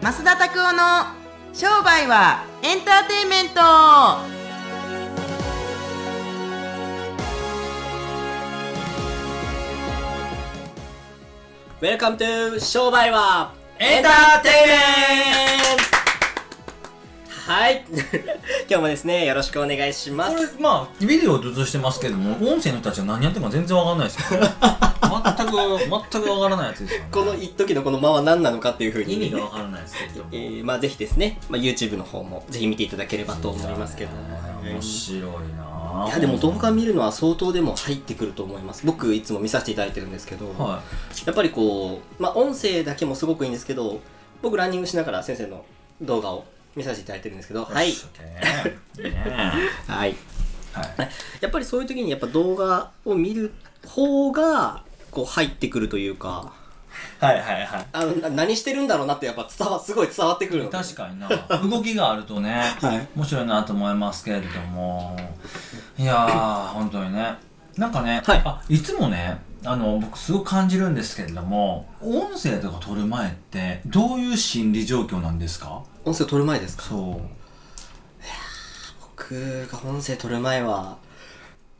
増田拓夫の商売はエンターテインメントウェルカムトゥ商売はエンターテイメントはい 今日もですねよろしくお願いしまこすれまあビデオ映してますけども音声の人たちが何やってるか全然わかんないですよ全く全くわからないやつですよねこの一時のこの間は何なのかっていうふうに意味がわからないですけどもえーまあぜひですね、まあ、YouTube の方もぜひ見ていただければと思いますけどね面白いなぁいやでも動画見るのは相当でも入ってくると思います僕いつも見させていただいてるんですけど、はやっぱりこう、まあ、音声だけもすごくいいんですけど僕ランニングしながら先生の動画を見させていただいてるんですけどいはいよっ、しゃ ねねはい、はいやっぱりそういう時にやっぱ動画を見る方がこう入ってくるというかはいはいはいあのな何してるんだろうなってやっぱ伝わすごい伝わってくるの確かにな動きがあるとね、 はい面白いなと思いますけれどもいやー本当にねなんかね、はいあいつもねあの僕すごく感じるんですけれども音声とか撮る前ってどういう心理状況なんですか音声撮る前ですかそう僕が音声撮る前は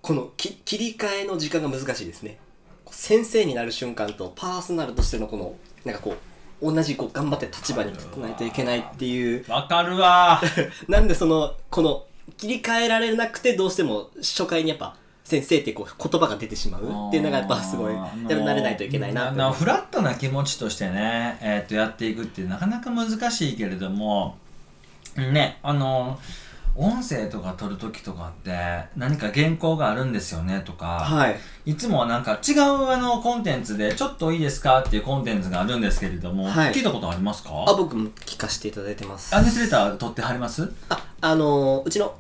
このき切り替えの時間が難しいですねこう先生になる瞬間とパーソナルとしてのこのなんかこう同じこう頑張って立場に立たないといけないっていうわかるわーなんでそのこの切り替えられなくてどうしても初回にやっぱ先生ってこう言葉が出てしまうっていうのがやっぱすごいやっあぱー慣れないといけないなあっての思フラットな気持ちとしてね、えー、とやっていくってなかなか難しいけれどもねあの音声とか撮る時とかって何か原稿があるんですよねとか、うはいい、つもはなんか違うあのコンテンツでちょっといいですかっていうコンテンツがあるんですけれども、はい聞いたことありますかあ僕も聞かせていただいてますアニスレター撮ってはりますああのーうちの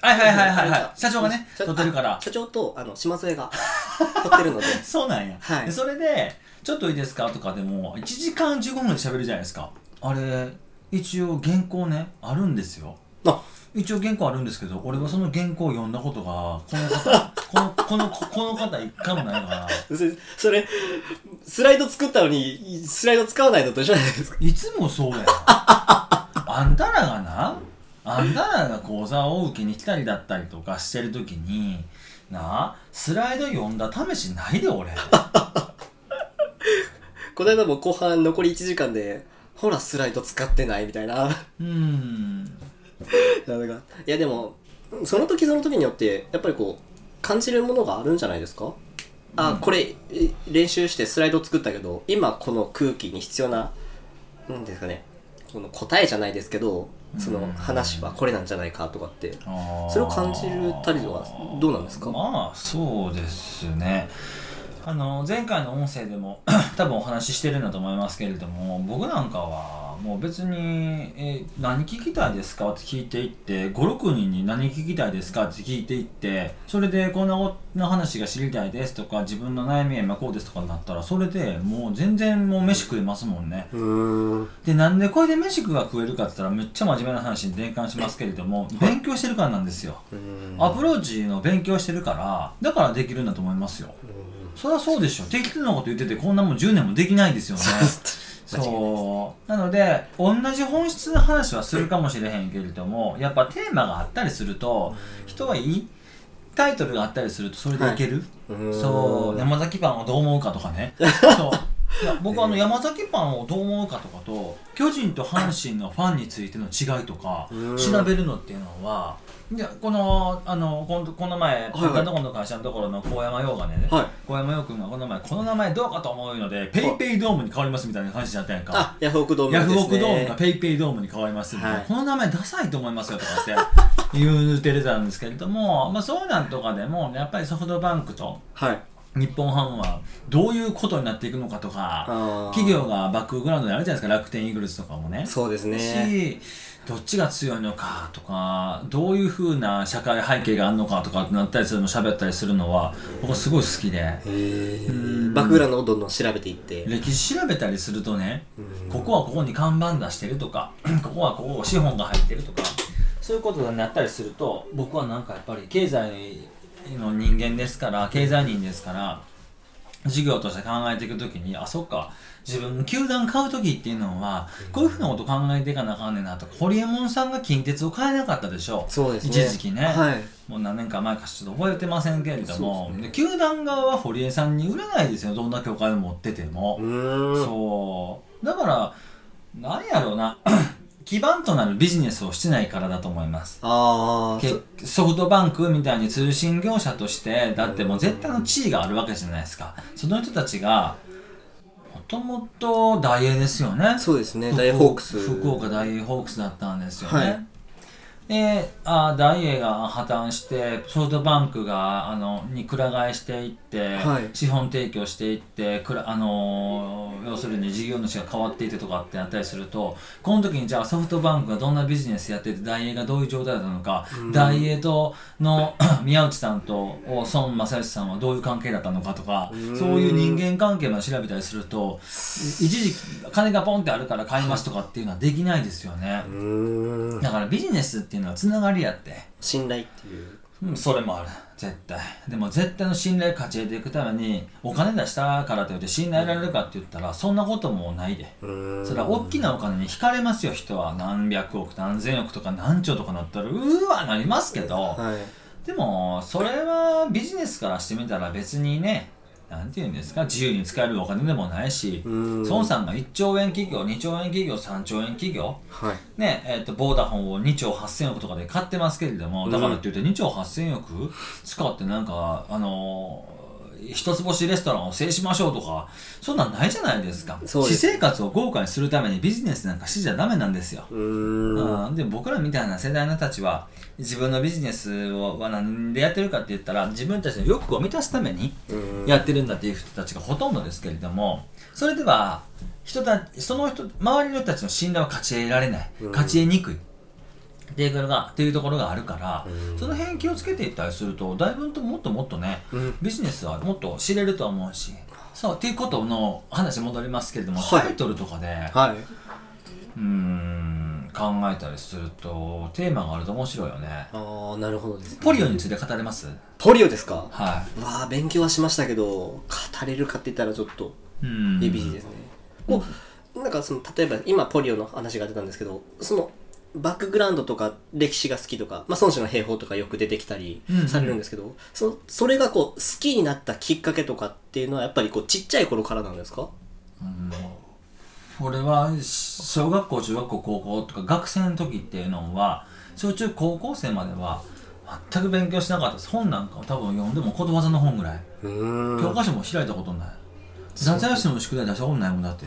はいはいはいはい、あれはかい、社長がね社撮ってるからあ社長とあの島添が 撮ってるのでそうなんや、はいでそれで「ちょっといいですか?」とかでも1時間15分で喋るじゃないですかあれ一応原稿ねあるんですよあ一応原稿あるんですけど俺はその原稿を読んだことがこの方このこのここの方一回もないからそれそれスライド作ったのにスライド使わないのと一緒じゃないですかいつもそうやんあんたらがなあんたらが講座を受けに来たりだったりとかしてる時になあスライド読んだ試しないで俺この間も後半残り1時間でほらスライド使ってないみたいなうんなんかいやでもその時その時によってやっぱりこう感じるものがあるんじゃないですかあ、これえ練習してスライド作ったけど今この空気に必要ななんですかねこの答えじゃないですけどその話はこれなんじゃないかとかってそそれを感じるたりとかどうなんですかまあそうですねあの前回の音声でも 多分お話ししてるんだと思いますけれども僕なんかはもう別に「え何聞きたいですか?」って聞いていって56人に「何聞きたいですか?」って聞いていってそれで「こんなこの話が知りたいです」とか「自分の悩みは今こうです」とかになったらそれでもう全然もう飯食えますもんね。うーんでなんでこれで飯食が食えるかって言ったらめっちゃ真面目な話に転換しますけれども勉強してるからなんですよ。うんアプローチの勉強してるからだからできるんだと思いますよそりゃそうでしょ適当なこと言っててこんなもん10年もできないですよね間違いそうなので同じ本質の話はするかもしれへんけれどもやっぱテーマがあったりすると人はいいタイトルがあったりするとそれでいける、うんそう山崎パンをどう思うかとか ねそういや僕あの山崎パンをどう思うかとかと巨人と阪神のファンについての違いとかうん調べるのっていうのはでこのあのこのこの前はい僕のとこの会社のところの高山洋がね、はい高山洋君がこの前この名前どうかと思うのでペイペイドームに変わりますみたいな話になったやんか、あヤフオクドームでヤすフねオクドームがペイペイドームに変わりますみたいな、はいこの名前ダサいと思いますよとかって 言うてたんですけれども、まあ、そうなんとかでもやっぱりソフトバンクとはい日本ハムはどういうことになっていくのかとかあー企業がバックグラウンドであるじゃないですか楽天イーグルスとかもねそうですねしどっちが強いのかとかどういうふうな社会背景があるのかとかってなったりするの喋ったりするのは僕すごい好きでへーバックグラウンドをどんどん調べていって歴史調べたりするとねうんここはここに看板出してるとか ここはここ資本が入ってるとかそういうことになったりすると僕はなんかやっぱり経済の人間ですから経済人ですから事業として考えていくときに、あ、そっか、自分、球団買うときっていうのは、こういうふうなこと考えていかなあかんねんなと、ホリエモンさんが近鉄を買えなかったでしょ。そうですね一時期ね。はいもう何年か前かちょっと覚えてませんけれども、そうですねで球団側は堀江さんに売れないですよ、どんだけお金持ってても。うーんそう。だから、なんやろうな、 基盤となるビジネスをしてないからだと思います。ああけソフトバンクみたいに通信業者としてだってもう絶対の地位があるわけじゃないですかその人たちがもともと大英ですよねそうですね福大英ホークス福岡大英ホークスだったんですよね、はいであ大英が破綻してソフトバンクがあのにくら替えしていって、はい資本提供していってくら、あのー要するに事業主が変わっていてとかってなったりするとこの時にじゃあソフトバンクがどんなビジネスやってて大英がどういう状態なのか、大英との 宮内さんと孫正義さんはどういう関係だったのかとかそういう人間関係まで調べたりすると一時期金がポンってあるから買いますとかっていうのはできないですよねうーんだからビジネスっていうのはつながりやって信頼っていううん、それもある絶対でも絶対の信頼を勝ち得ていくためにお金出したからといって信頼られるかって言ったらそんなこともないでうーんそれは大きなお金に惹かれますよ人は何百億何千億とか何兆とかなったらうーわなりますけどはいでもそれはビジネスからしてみたら別にねなんて言うんですか自由に使えるお金でもないしうん孫さんが1兆円企業2兆円企業3兆円企業はいねえー、とボーダフォンを2兆8000億とかで買ってますけれどもだからって言って2兆8000億使ってなんか、あのー一つ星レストランを制しましょうとかそんなんないじゃないですかそうです私生活を豪華にするためにビジネスなんかしちゃダメなんですよ、うーんうん、で僕らみたいな世代の人たちは自分のビジネスをは何でやってるかって言ったら自分たちの欲を満たすためにうんやってるんだっていう人たちがほとんどですけれどもそれでは人たその人周りの人たちの信頼を勝ち得られないうん勝ち得にくいっていうのがっていうところがあるからうんその辺気をつけていったりするとだいぶともっともっとねうんビジネスはもっと知れるとは思うしそうっていうことの話戻りますけれどもはいタイトルとかで、はいうーん考えたりするとテーマがあると面白いよねああなるほどですポリオについて語れますポリオですかはわあ勉強はしましたけど語れるかって言ったらちょっというんヘビーですね、もうなんかその例えば今ポリオの話が出たんですけどそのバックグラウンドとか歴史が好きとか、まあ、孫子の兵法とかよく出てきたりうんうんされるんですけど、そそれがこう好きになったきっかけとかっていうのはやっぱりこうちっちゃい頃からなんですか俺はし小学校中学校高校とか学生の時っていうのは小中高校生までは全く勉強しなかったです本なんかを多分読んでもことわざの本ぐらいうん教科書も開いたことない夏休みの宿題出したことないも んだって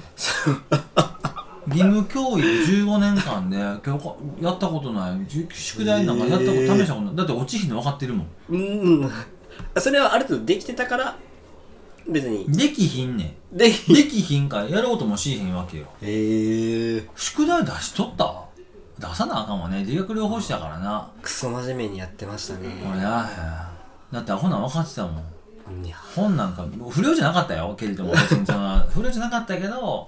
義務教育15年間で教科やったことないじ宿題なんかやったこと試したことないだって落ちひんの分かってるもんうんそれはある程度できてたから別にできひんねでんできひんからやろうともしひんわけよへえ宿題出しとった出さなあかんわね理学療法士だからなクソ真面目にやってましたね俺やだってアホなん分かってたもんいや本なんか不良じゃなかったよけれども別にそんな不良じゃなかったけど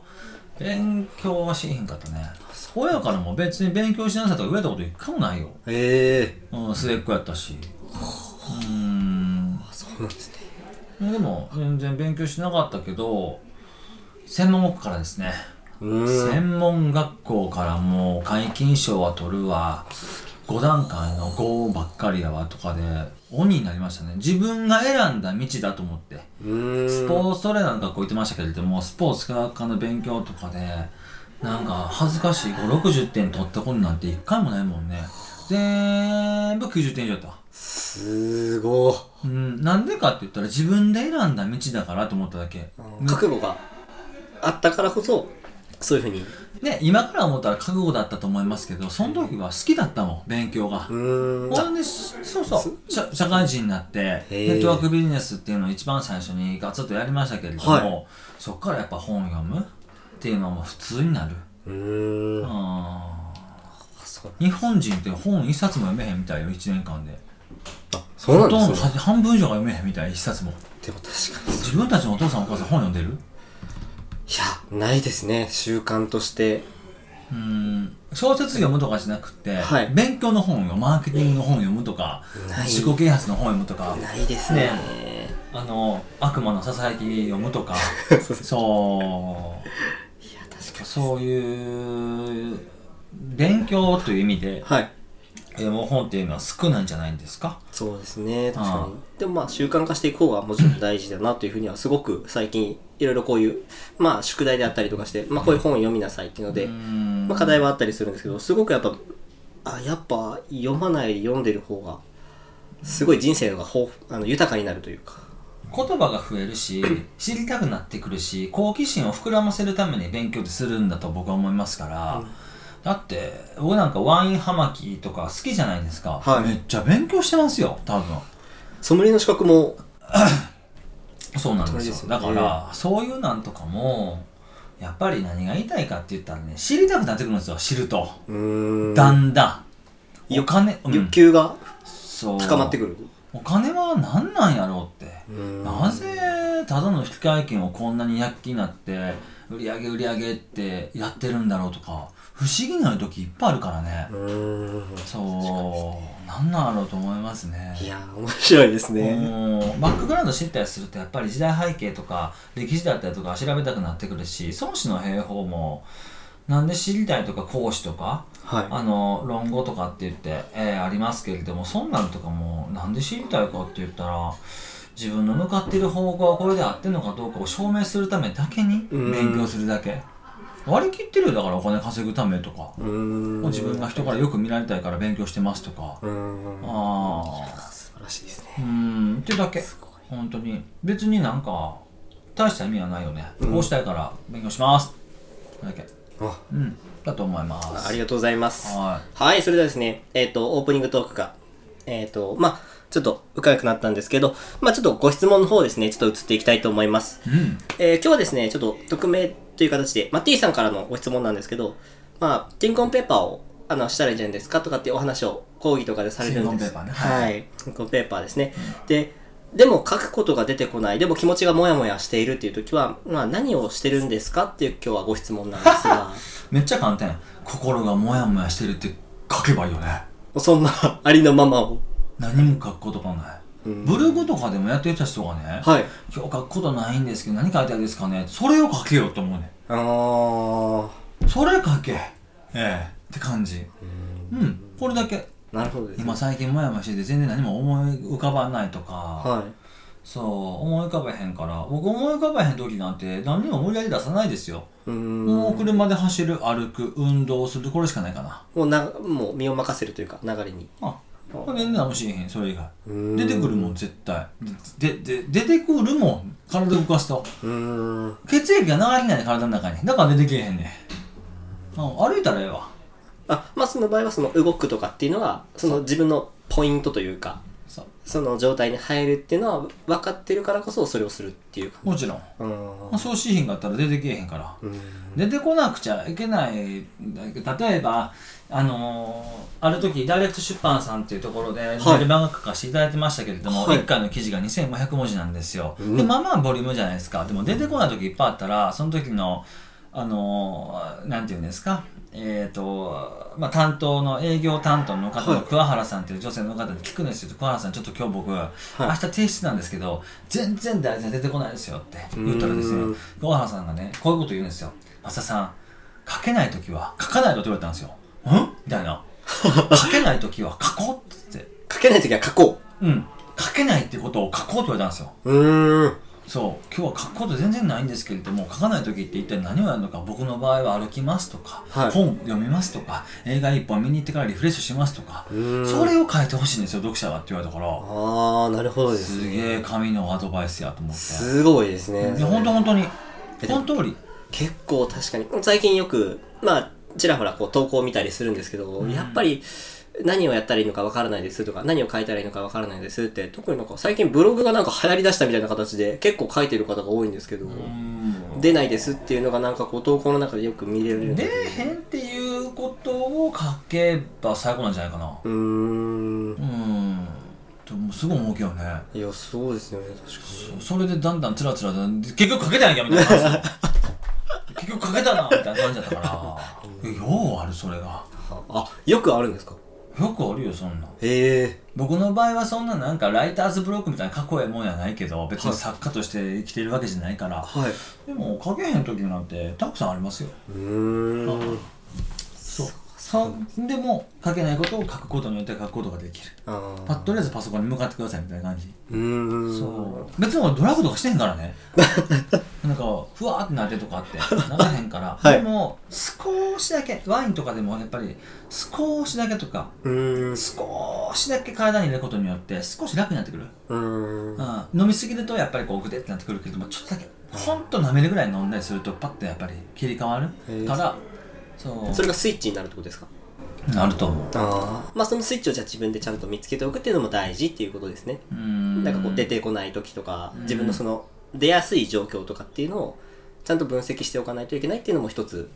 勉強はしへんかったね親からも別に勉強しなさいとか言われたこと一回もないよ、へえうん、末っ子やったしうんあそうなんですねでも全然勉強しなかったけど専門学校からですねうん専門学校からもう皆勤賞は取るわ5段階の5ばっかりやわとかで鬼になりましたね自分が選んだ道だと思ってうんスポーツトレーナーの学校行ってましたけれどもスポーツ科学科の勉強とかでなんか恥ずかしい560点取ったことなんて一回もないもんね全部90点以上だったすごいうんなんでかって言ったら自分で選んだ道だからと思っただけ覚悟があったからこそそういうふうにね、今から思ったら覚悟だったと思いますけどその時は好きだったもん勉強が。うほんでしそうそう社社会人になってネーットワークビジネスっていうのを一番最初にガツッとやりましたけれども、はいそっからやっぱ本読むっていうのも普通になるーうんんそう日本人って本一冊も読めへんみたいよ1年間でそうなんほとんどですねは半分以上が読めへんみたい一冊もでも確か自分たちのお父さんお母さん本読んでるにいやないですね習慣としてうん小説読むとかじゃなくて、はい勉強の本をマーケティングの本読むとかない自己啓発の本読むとかないですねねあの悪魔のささやき読むと かそうそういう勉強という意味ではい読む本っていうのは少ないんじゃないんですかそうですね確かうにでもまあ習慣化していく方がもちろん大事だなというふうにはすごく最近いろいろこういうまあ宿題であったりとかして、まあ、こういう本を読みなさいっていうので、うんまあ、課題はあったりするんですけどすごくやっぱあやっぱ読まないで読んでる方がすごい人生が豊富あの豊かになるというか言葉が増え るし知りたくなってくるし好奇心を膨らませるために勉強ってするんだと僕は思いますから、だって僕なんかワイン葉巻とか好きじゃないですか、はいめっちゃ勉強してますよ多分ソムリエの資格もそうなんですそれよですよねだからそういうなんとかもやっぱり何が言いたいかって言ったらね知りたくなってくるんですよ知ると、うーんだんだんよお金、うん欲求がそう高まってくる、お金は何なんやろうってうんなぜただの引換券をこんなに躍起になって売り上げ売り上げってやってるんだろうとか不思議な時いっぱいあるからねう、ーんそう何なんやろうと思いますねいや面白いですねうんバックグラウンド知ったりするとやっぱり時代背景とか歴史だったりとか調べたくなってくるし孫子の兵法もなんで知りたいとか講師とかはあの論語とかって言って、えーありますけれどもそんなんとかもなんで知りたいかって言ったら自分の向かっている方向はこれで合ってるのかどうかを証明するためだけにうん勉強するだけ割り切ってるよだからお金稼ぐためとかいうーん自分が人からよく見られたいから勉強してますとかうーんああ素晴らしいですねうんってだけ本当に別になんか大した意味はないよね、こうしたいから勉強しますだけあうんだと思いますありがとうございますははい、それではですね、えっ、と、オープニングトークが、えっ、と、まあ、ちょっと深くなったんですけど、まあ、ちょっとご質問の方ですね、ちょっと移っていきたいと思います。いうんえー今日はですね、ちょっと匿名という形で、まあ、T さんからのご質問なんですけど、まあ、ティンコンペーパーを、あの、したらいいんじゃないですかとかっていうお話を講義とかでされるんです。ティンコンペーパーねはい。ティンコンペーパーですね。で、でも書くことが出てこない、でも気持ちがもやもやしているっていう時は、まあ、何をしてるんですかっていう今日はご質問なんですが、もめっちゃ簡単心がモヤモヤしてるって書けばいいよねうそんなありのままを。何も書くことがない、うんブログとかでもやってた人がね、はい。今日書くことないんですけど何書いてあるんですかねそれを書けよと思うねあーそれ書けええって感じうんこれだけなるほどです、ね。今最近モヤモヤしてて全然何も思い浮かばないとか、はそう思い浮かべへんから僕思い浮かべへん時なんて何にも無理やり出さないですよ、い。うーん。もうも車で走る歩く運動するこれしかないかなうな、もう身を任せるというか、流れに。あこれ全然何もしれへんそれ以外うーん出てくるもん絶対でで出てくるもん体動かすとうーん。血液が流れないね体の中にだから出てけえへんねんうん歩いたらええわあ、まあその場合はその動くとかっていうのは、その自分のポイントというか、そうその状態に入るっていうのは分かってるからこそそれをするっていうか。もちろんうーん。そうしひんかったら出てけえへんからうーん出てこなくちゃいけない例えばあのーある時ダイレクト出版さんっていうところでメール漫画書かせていただいてましたけれども、はい1回の記事が2500文字なんですよ、うんでまあまあボリュームじゃないですかでも出てこない時いっぱいあったらその時のあのーなんていうんですかえーとまあ、担当の営業担当の方はのい桑原さんっていう女性の方に聞くんですよ、桑原さんちょっと今日僕、明日提出なんですけど全然題材出てこないですよって言ったらですうよん桑原さんがねこういうこと言うんですよ「増田さん書けない時は書かないと」って言われたんですよ「ん?」みたいな「書けない時は書こう」って言って書けないときは書こ「うん書けないってことを書こう」って言われたんですよう。うーん。そう今日は書くこと全然ないんですけれども書かない時って一体何をやるのか僕の場合は歩きますとか、はい本読みますとか映画一本見に行ってからリフレッシュしますとかーんそれを書いてほしいんですよ読者はって言われたからあー、なるほどですすね。げえ神のアドバイスやと思ってすごいですね。いや本当本当にえでも本当り結構確かに最近よくまあちらほらこう投稿を見たりするんですけど、んやっぱり何をやったらいいのかわからないですとか何を書いたらいいのかわからないですって特になんか最近ブログがなんか流行りだしたみたいな形で結構書いてる方が多いんですけど、出ないですっていうのがなんかこう投稿の中でよく見れるん出でえへんっていうことを書けば最後なんじゃないかなうーんうんでもすごい思うけどねいやそうですよね確かにそれでだんだんつらつらだん結局書けたんやみたいな 感じ結局書けたなみたいな感じだったからようあるそれがあよくあるんですかよくあるよそんなんへえ僕の場合はそんななんかライターズブロックみたいなかっこええもんやないけど別に作家として生きてるわけじゃないから、はいでも書けへん時なんてたくさんありますようーんそうでも書けないことを書くことによって書くことができるあーパッとりあえずパソコンに向かってくださいみたいな感じうーんそう別に俺ドラッグとかしてへんから ねなんかふわーってなってとかってならへんか ら、はいでも少しだけワインとかでもやっぱり少しだけとかうーん少しだけ体に入れることによって少し楽になってくる、うーんうん、飲みすぎるとやっぱりこうグデってなってくるけどもちょっとだけほんと舐めるぐらい飲んだりするとパッとやっぱり切り替わへるーからそうそれがスイッチになるってことですかなると思うああまあそのスイッチをじゃあ自分でちゃんと見つけておくっていうのも大事っていうことですねうんなんかこう出てこない時とかうん自分のその出やすい状況とかっていうのをちゃんと分析しておかないといけないっていうのも一つ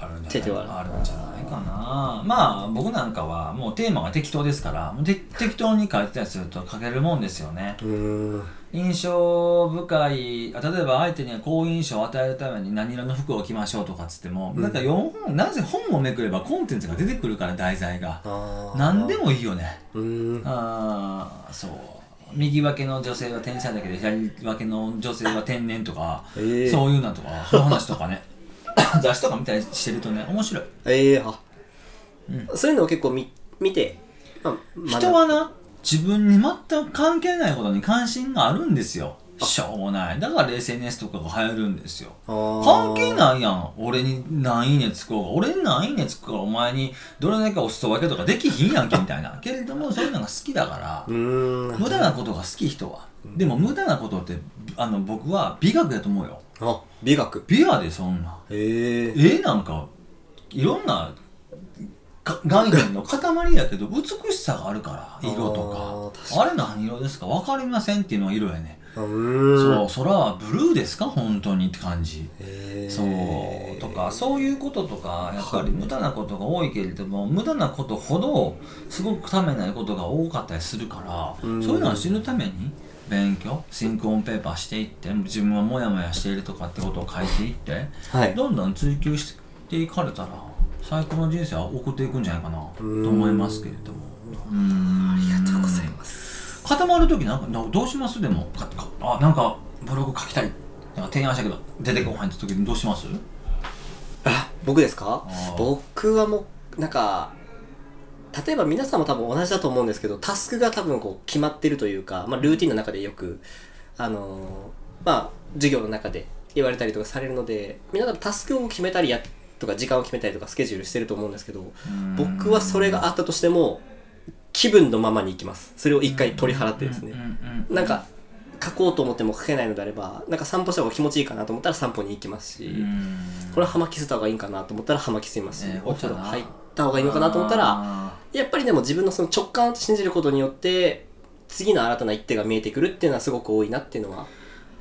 あるんじ手ゃでないはあるんじゃないかなまあ僕なんかはもうテーマが適当ですからもうて適当に書いてたりすると書けるもんですよねうん印象深いあ例えば相手に好印象を与えるために何色の服を着ましょうとかっつっても、うんなんか4本なぜ本をめくればコンテンツが出てくるから題材がああ何でもいいよねうんああそう右分けの女性は天才だけど左分けの女性は天然とか、ええそういうのとかそういう話とかね 雑誌とか見たりしてるとね面白いええあ、うそういうのを結構み見て、まあ、学ぶ人はな自分に全く関係ないことに関心があるんですよしょうもないだから SNS とかが流行るんですよあー関係ないやん俺に何いいねつこうが俺に何いいねつくからお前にどれだけお裾分けとかできひんやんけみたいなけれどもそういうのが好きだからうーん無駄なことが好き人はでも無駄なことってあの僕は美学だと思うよあ美学美やでそんなええ絵なんかいろんなが概念の塊や けど美しさがあるから色とあー確かあれ何色ですか分かりませんっていうのは色やね、うーんそう空はブルーですか本当にって感じええそうとかそういうこととかやっぱり無駄なことが多いけれども無駄なことほどすごくためないことが多かったりするからうんそういうのを知るために勉強シンクオンペーパーしていって自分はモヤモヤしているとかってことを書いていってはいどんどん追求していかれたら最高の人生は送っていくんじゃないかなとうん思いますけれどもありがとうございます固まる時なんかなどうしますでもかかあなんかブログ書きたいなんか提案したけど出てこないって時にどうしますあ僕ですかあー僕はもうなんか例えば皆さんも多分同じだと思うんですけどタスクが多分こう決まってるというか、まあ、ルーティンの中でよくあのーまあ授業の中で言われたりとかされるので皆さんタスクを決めたりやとか時間を決めたりとかスケジュールしてると思うんですけど僕はそれがあったとしても気分のままに行きますそれを一回取り払ってですね、うんうんうんなんか書こうと思っても書けないのであればなんか散歩した方が気持ちいいかなと思ったら散歩に行きますし、うんこれは葉巻吸った方がいいんかなと思ったら葉巻吸いますし、えーお風呂お茶な入った方がいいのかなと思ったらあやっぱりでも自分のその直感を信じることによって次の新たな一手が見えてくるっていうのはすごく多いなっていうのはー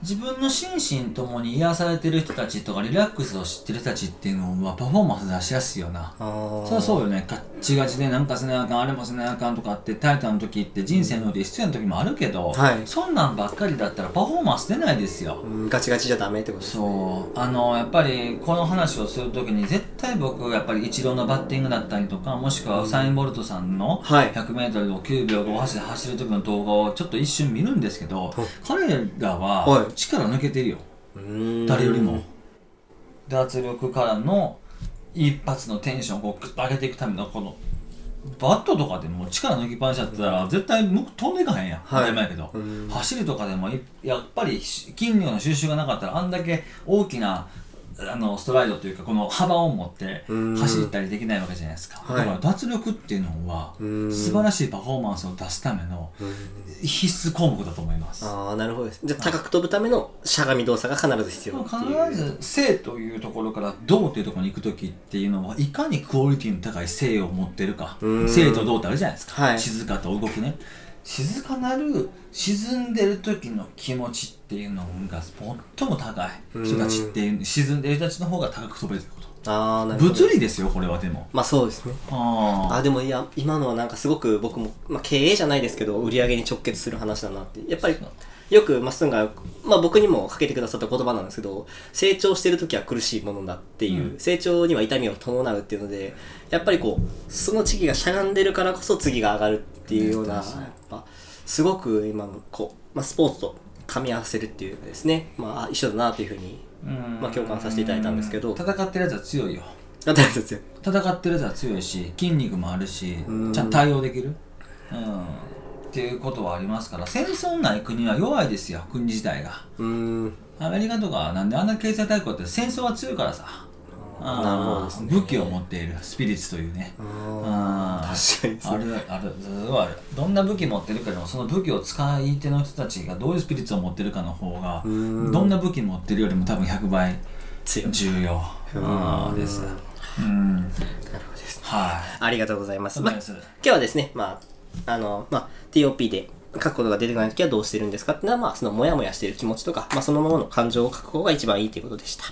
自分の心身ともに癒されてる人たちとかリラックスを知ってる人たちっていうのはパフォーマンス出しやすいよなあそりゃそうよねガッチガチでなんかせなあかんあれもせなあかんとかってタイタンの時って人生ので必要な時もあるけど、はいそんなんばっかりだったらパフォーマンス出ないですよ、ん、ガチガチじゃダメってことですねそうあのやっぱりこの話をする時に絶対僕やっぱりイチローのバッティングだったりとかもしくはウサイン・ボルトさんのはい 100m を9秒58で走る時の動画をちょっと一瞬見るんですけど彼らははい力抜けてるよ、うーん誰よりも脱力からの一発のテンションをこうグッと上げていくためのこのバットとかでも力抜きっぱなしだったら絶対む飛んでいかへんやん、はい当たり前やけどうん走るとかでもいやっぱりし筋肉の収集がなかったらあんだけ大きなあのストライドというかこの幅を持ってうん走ったりできないわけじゃないですかはいだから脱力っていうのはうん素晴らしいパフォーマンスを出すための必須項目だと思いますああなるほどですじゃあ高く飛ぶためのしゃがみ動作が必ず必要っていう必ず性というところから道というところに行く時っていうのはいかにクオリティの高い性を持ってるかうん性と道ってあるじゃないですか、はい静かと動きね静かなる沈んでる時の気持ちっていうのが最も高い人たちっていう沈んでる人たちの方が高く飛べるってことああなるほど物理ですよこれはでもまあそうですねああでもいや今のはなんかすごく僕も、まあ、経営じゃないですけど売り上げに直結する話だなってやっぱりよくまっすんが、まあ、僕にもかけてくださった言葉なんですけど成長してる時は苦しいものだっていう、うん成長には痛みを伴うっていうのでやっぱりこうその時期がしゃがんでるからこそ次が上がるっていうような、ねやっぱすごく今のこう、まあ、スポーツと噛み合わせるっていうかですね、まあ、一緒だなというふうにうんまあ共感させていただいたんですけど戦ってるやつは強いよあ大切ですよ戦ってるやつは強いし筋肉もあるしうんちゃんと対応できるうんっていうことはありますから戦争ない国は弱いですよ国自体がうーんアメリカとかはなんであんな経済大国って戦争は強いからさうんなるほどですね武器を持っているスピリッツというねあー確かにですあねるあるずーあるどんな武器持ってるかでもその武器を使い手の人たちがどういうスピリッツを持ってるかの方がどんんな武器持ってるよりも多分100倍強い重要うんですうんなるほどですはいありがとうございます、まあ、ま今日はですねまああのまあ TOP で書くことが出てこない時はどうしてるんですかっていうのはまあそのモヤモヤしている気持ちとか、まあ、そのままの感情を書く方が一番いいということでした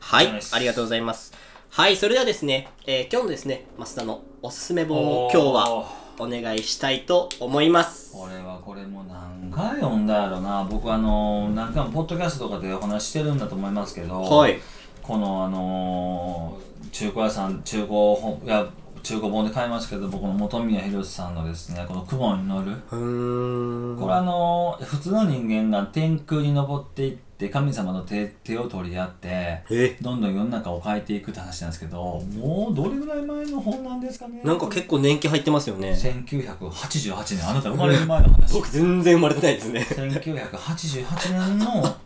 はい、そうですありがとうございますはいそれではですね、えー今日のですね増田のおすすめ本おをー今日はお願いしたいと思いますこれはこれも何回読んだやろな僕あの何回もポッドキャストとかでお話ししてるんだと思いますけどはいこのあのー中古屋さん中古本いや中古本で買いましたけど僕の本宮宏さんのですねこの雲に乗るうーんこれあのー普通の人間が天空に登っていって神様の手手を取り合ってえどんどん世の中を変えていくって話なんですけどもうどれぐらい前の本なんですかねなんか結構年季入ってますよね1988年あなた生まれる前の 話僕全然生まれてないですね 1988年の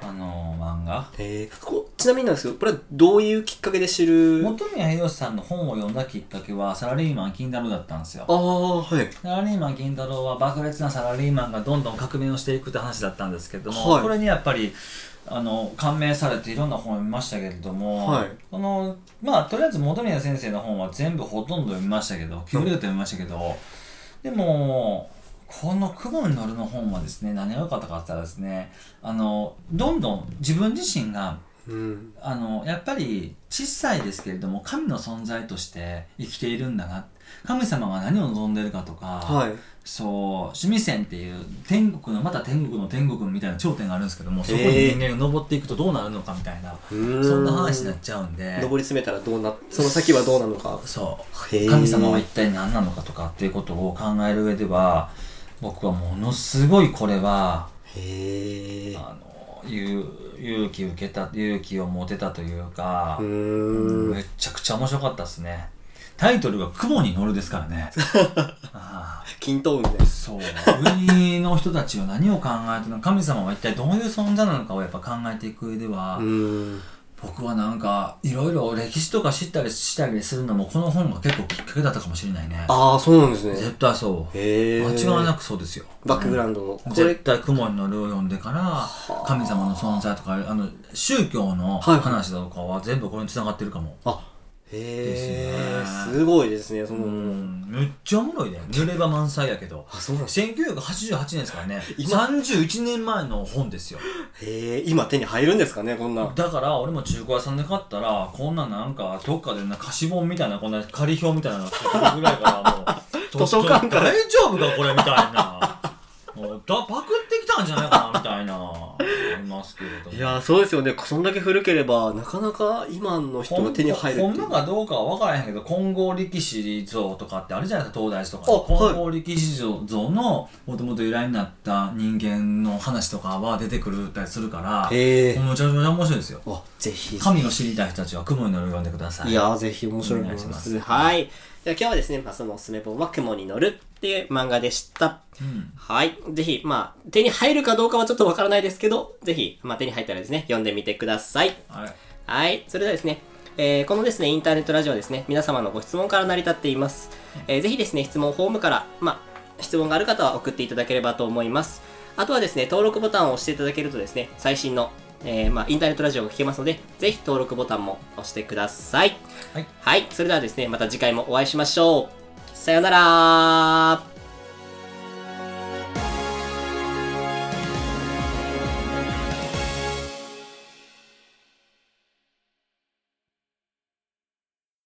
あのー漫画えー、こちなみになんですけどこれはどういうきっかけで知る本宮宏さんの本を読んだきっかけはサラリーマン金太郎だったんですよああはいサラリーマン銀太郎は爆裂なサラリーマンがどんどん革命をしていくって話だったんですけども、はいこれにやっぱりあの感銘されていろんな本を読みましたけれども、はいこのまあとりあえず本宮先生の本は全部ほとんど読みましたけど気分で読みましたけど、でもこの「雲に乗る」の本はですね何が良かったかって言ったらですねあのどんどん自分自身がうんあのやっぱり小さいですけれども神の存在として生きているんだな神様が何を望んでるかとか、はいそう趣味線っていう天国のまた天国の天国みたいな頂点があるんですけどもそこにへえ人間が登っていくとどうなるのかみたいな、うーんそんな話になっちゃうんで上り詰めたらどうなその先はどうなのかそうへえ神様は一体何なのかとかっていうことを考える上では僕はものすごいこれはへえあの勇勇気受けた勇気を持てたというかう、ーんめちゃくちゃ面白かったですねタイトルが「雲に乗る」ですから ねああ均等運ですそう国の人たちは何を考えてるの神様は一体どういう存在なのかをやっぱ考えていく上では、うーん僕はなんかいろいろ歴史とか知ったりしたりするのもこの本が結構きっかけだったかもしれないねああそうなんですね絶対そうへえ間違いなくくそうですよバックグラウンドをこれ絶対雲に乗るを読んでから神様の存在とかあの宗教のはい話だとかは全部これに繋がってるかも、あへえですねすごいですねそのうんめっちゃおもろいね濡れば満載やけどあそうなんですね1988年ですからね今31年前の本ですよへえ今手に入るんですかねこんなだから俺も中古屋さんで買ったらこんななんかどっかでな貸し本みたいなこんな仮表みたいなのが来てくるぐらいからも 図う書館から大丈夫かこれみたいなもうだパクってきたんじゃないかなみたいなありますけれどもいやーそうですよねそんだけ古ければなかなか今の人の手に入るほっんていまうかどうかは分からへんけど金剛力士像とかってあるじゃないですか東大寺とかあはい金剛力士像のもともと由来になった人間の話とかは出てくるったりするからめへちえゃめちゃ面白いですよあぜひ神を知りたい人たちは雲に乗るを読んでくださいいやー、ぜひ面白いと思いまお願いす。しますはい。では今日はですね、まあ、そのおすすめ本は雲に乗るっていう漫画でした。うんはい。ぜひ、まあ、手に入るかどうかはちょっとわからないですけど、ぜひ、まあ、手に入ったらですね、読んでみてください。はいはい。それではですね、えーこのですね、インターネットラジオはですね、皆様のご質問から成り立っています。えーぜひですね、質問フォームから、まあ、質問がある方は送っていただければと思います。あとはですね、登録ボタンを押していただけるとですね、最新の、えーまあ、インターネットラジオが聞けますので、ぜひ登録ボタンも押してください。はいはい、それではですね、また次回もお会いしましょう。さよなら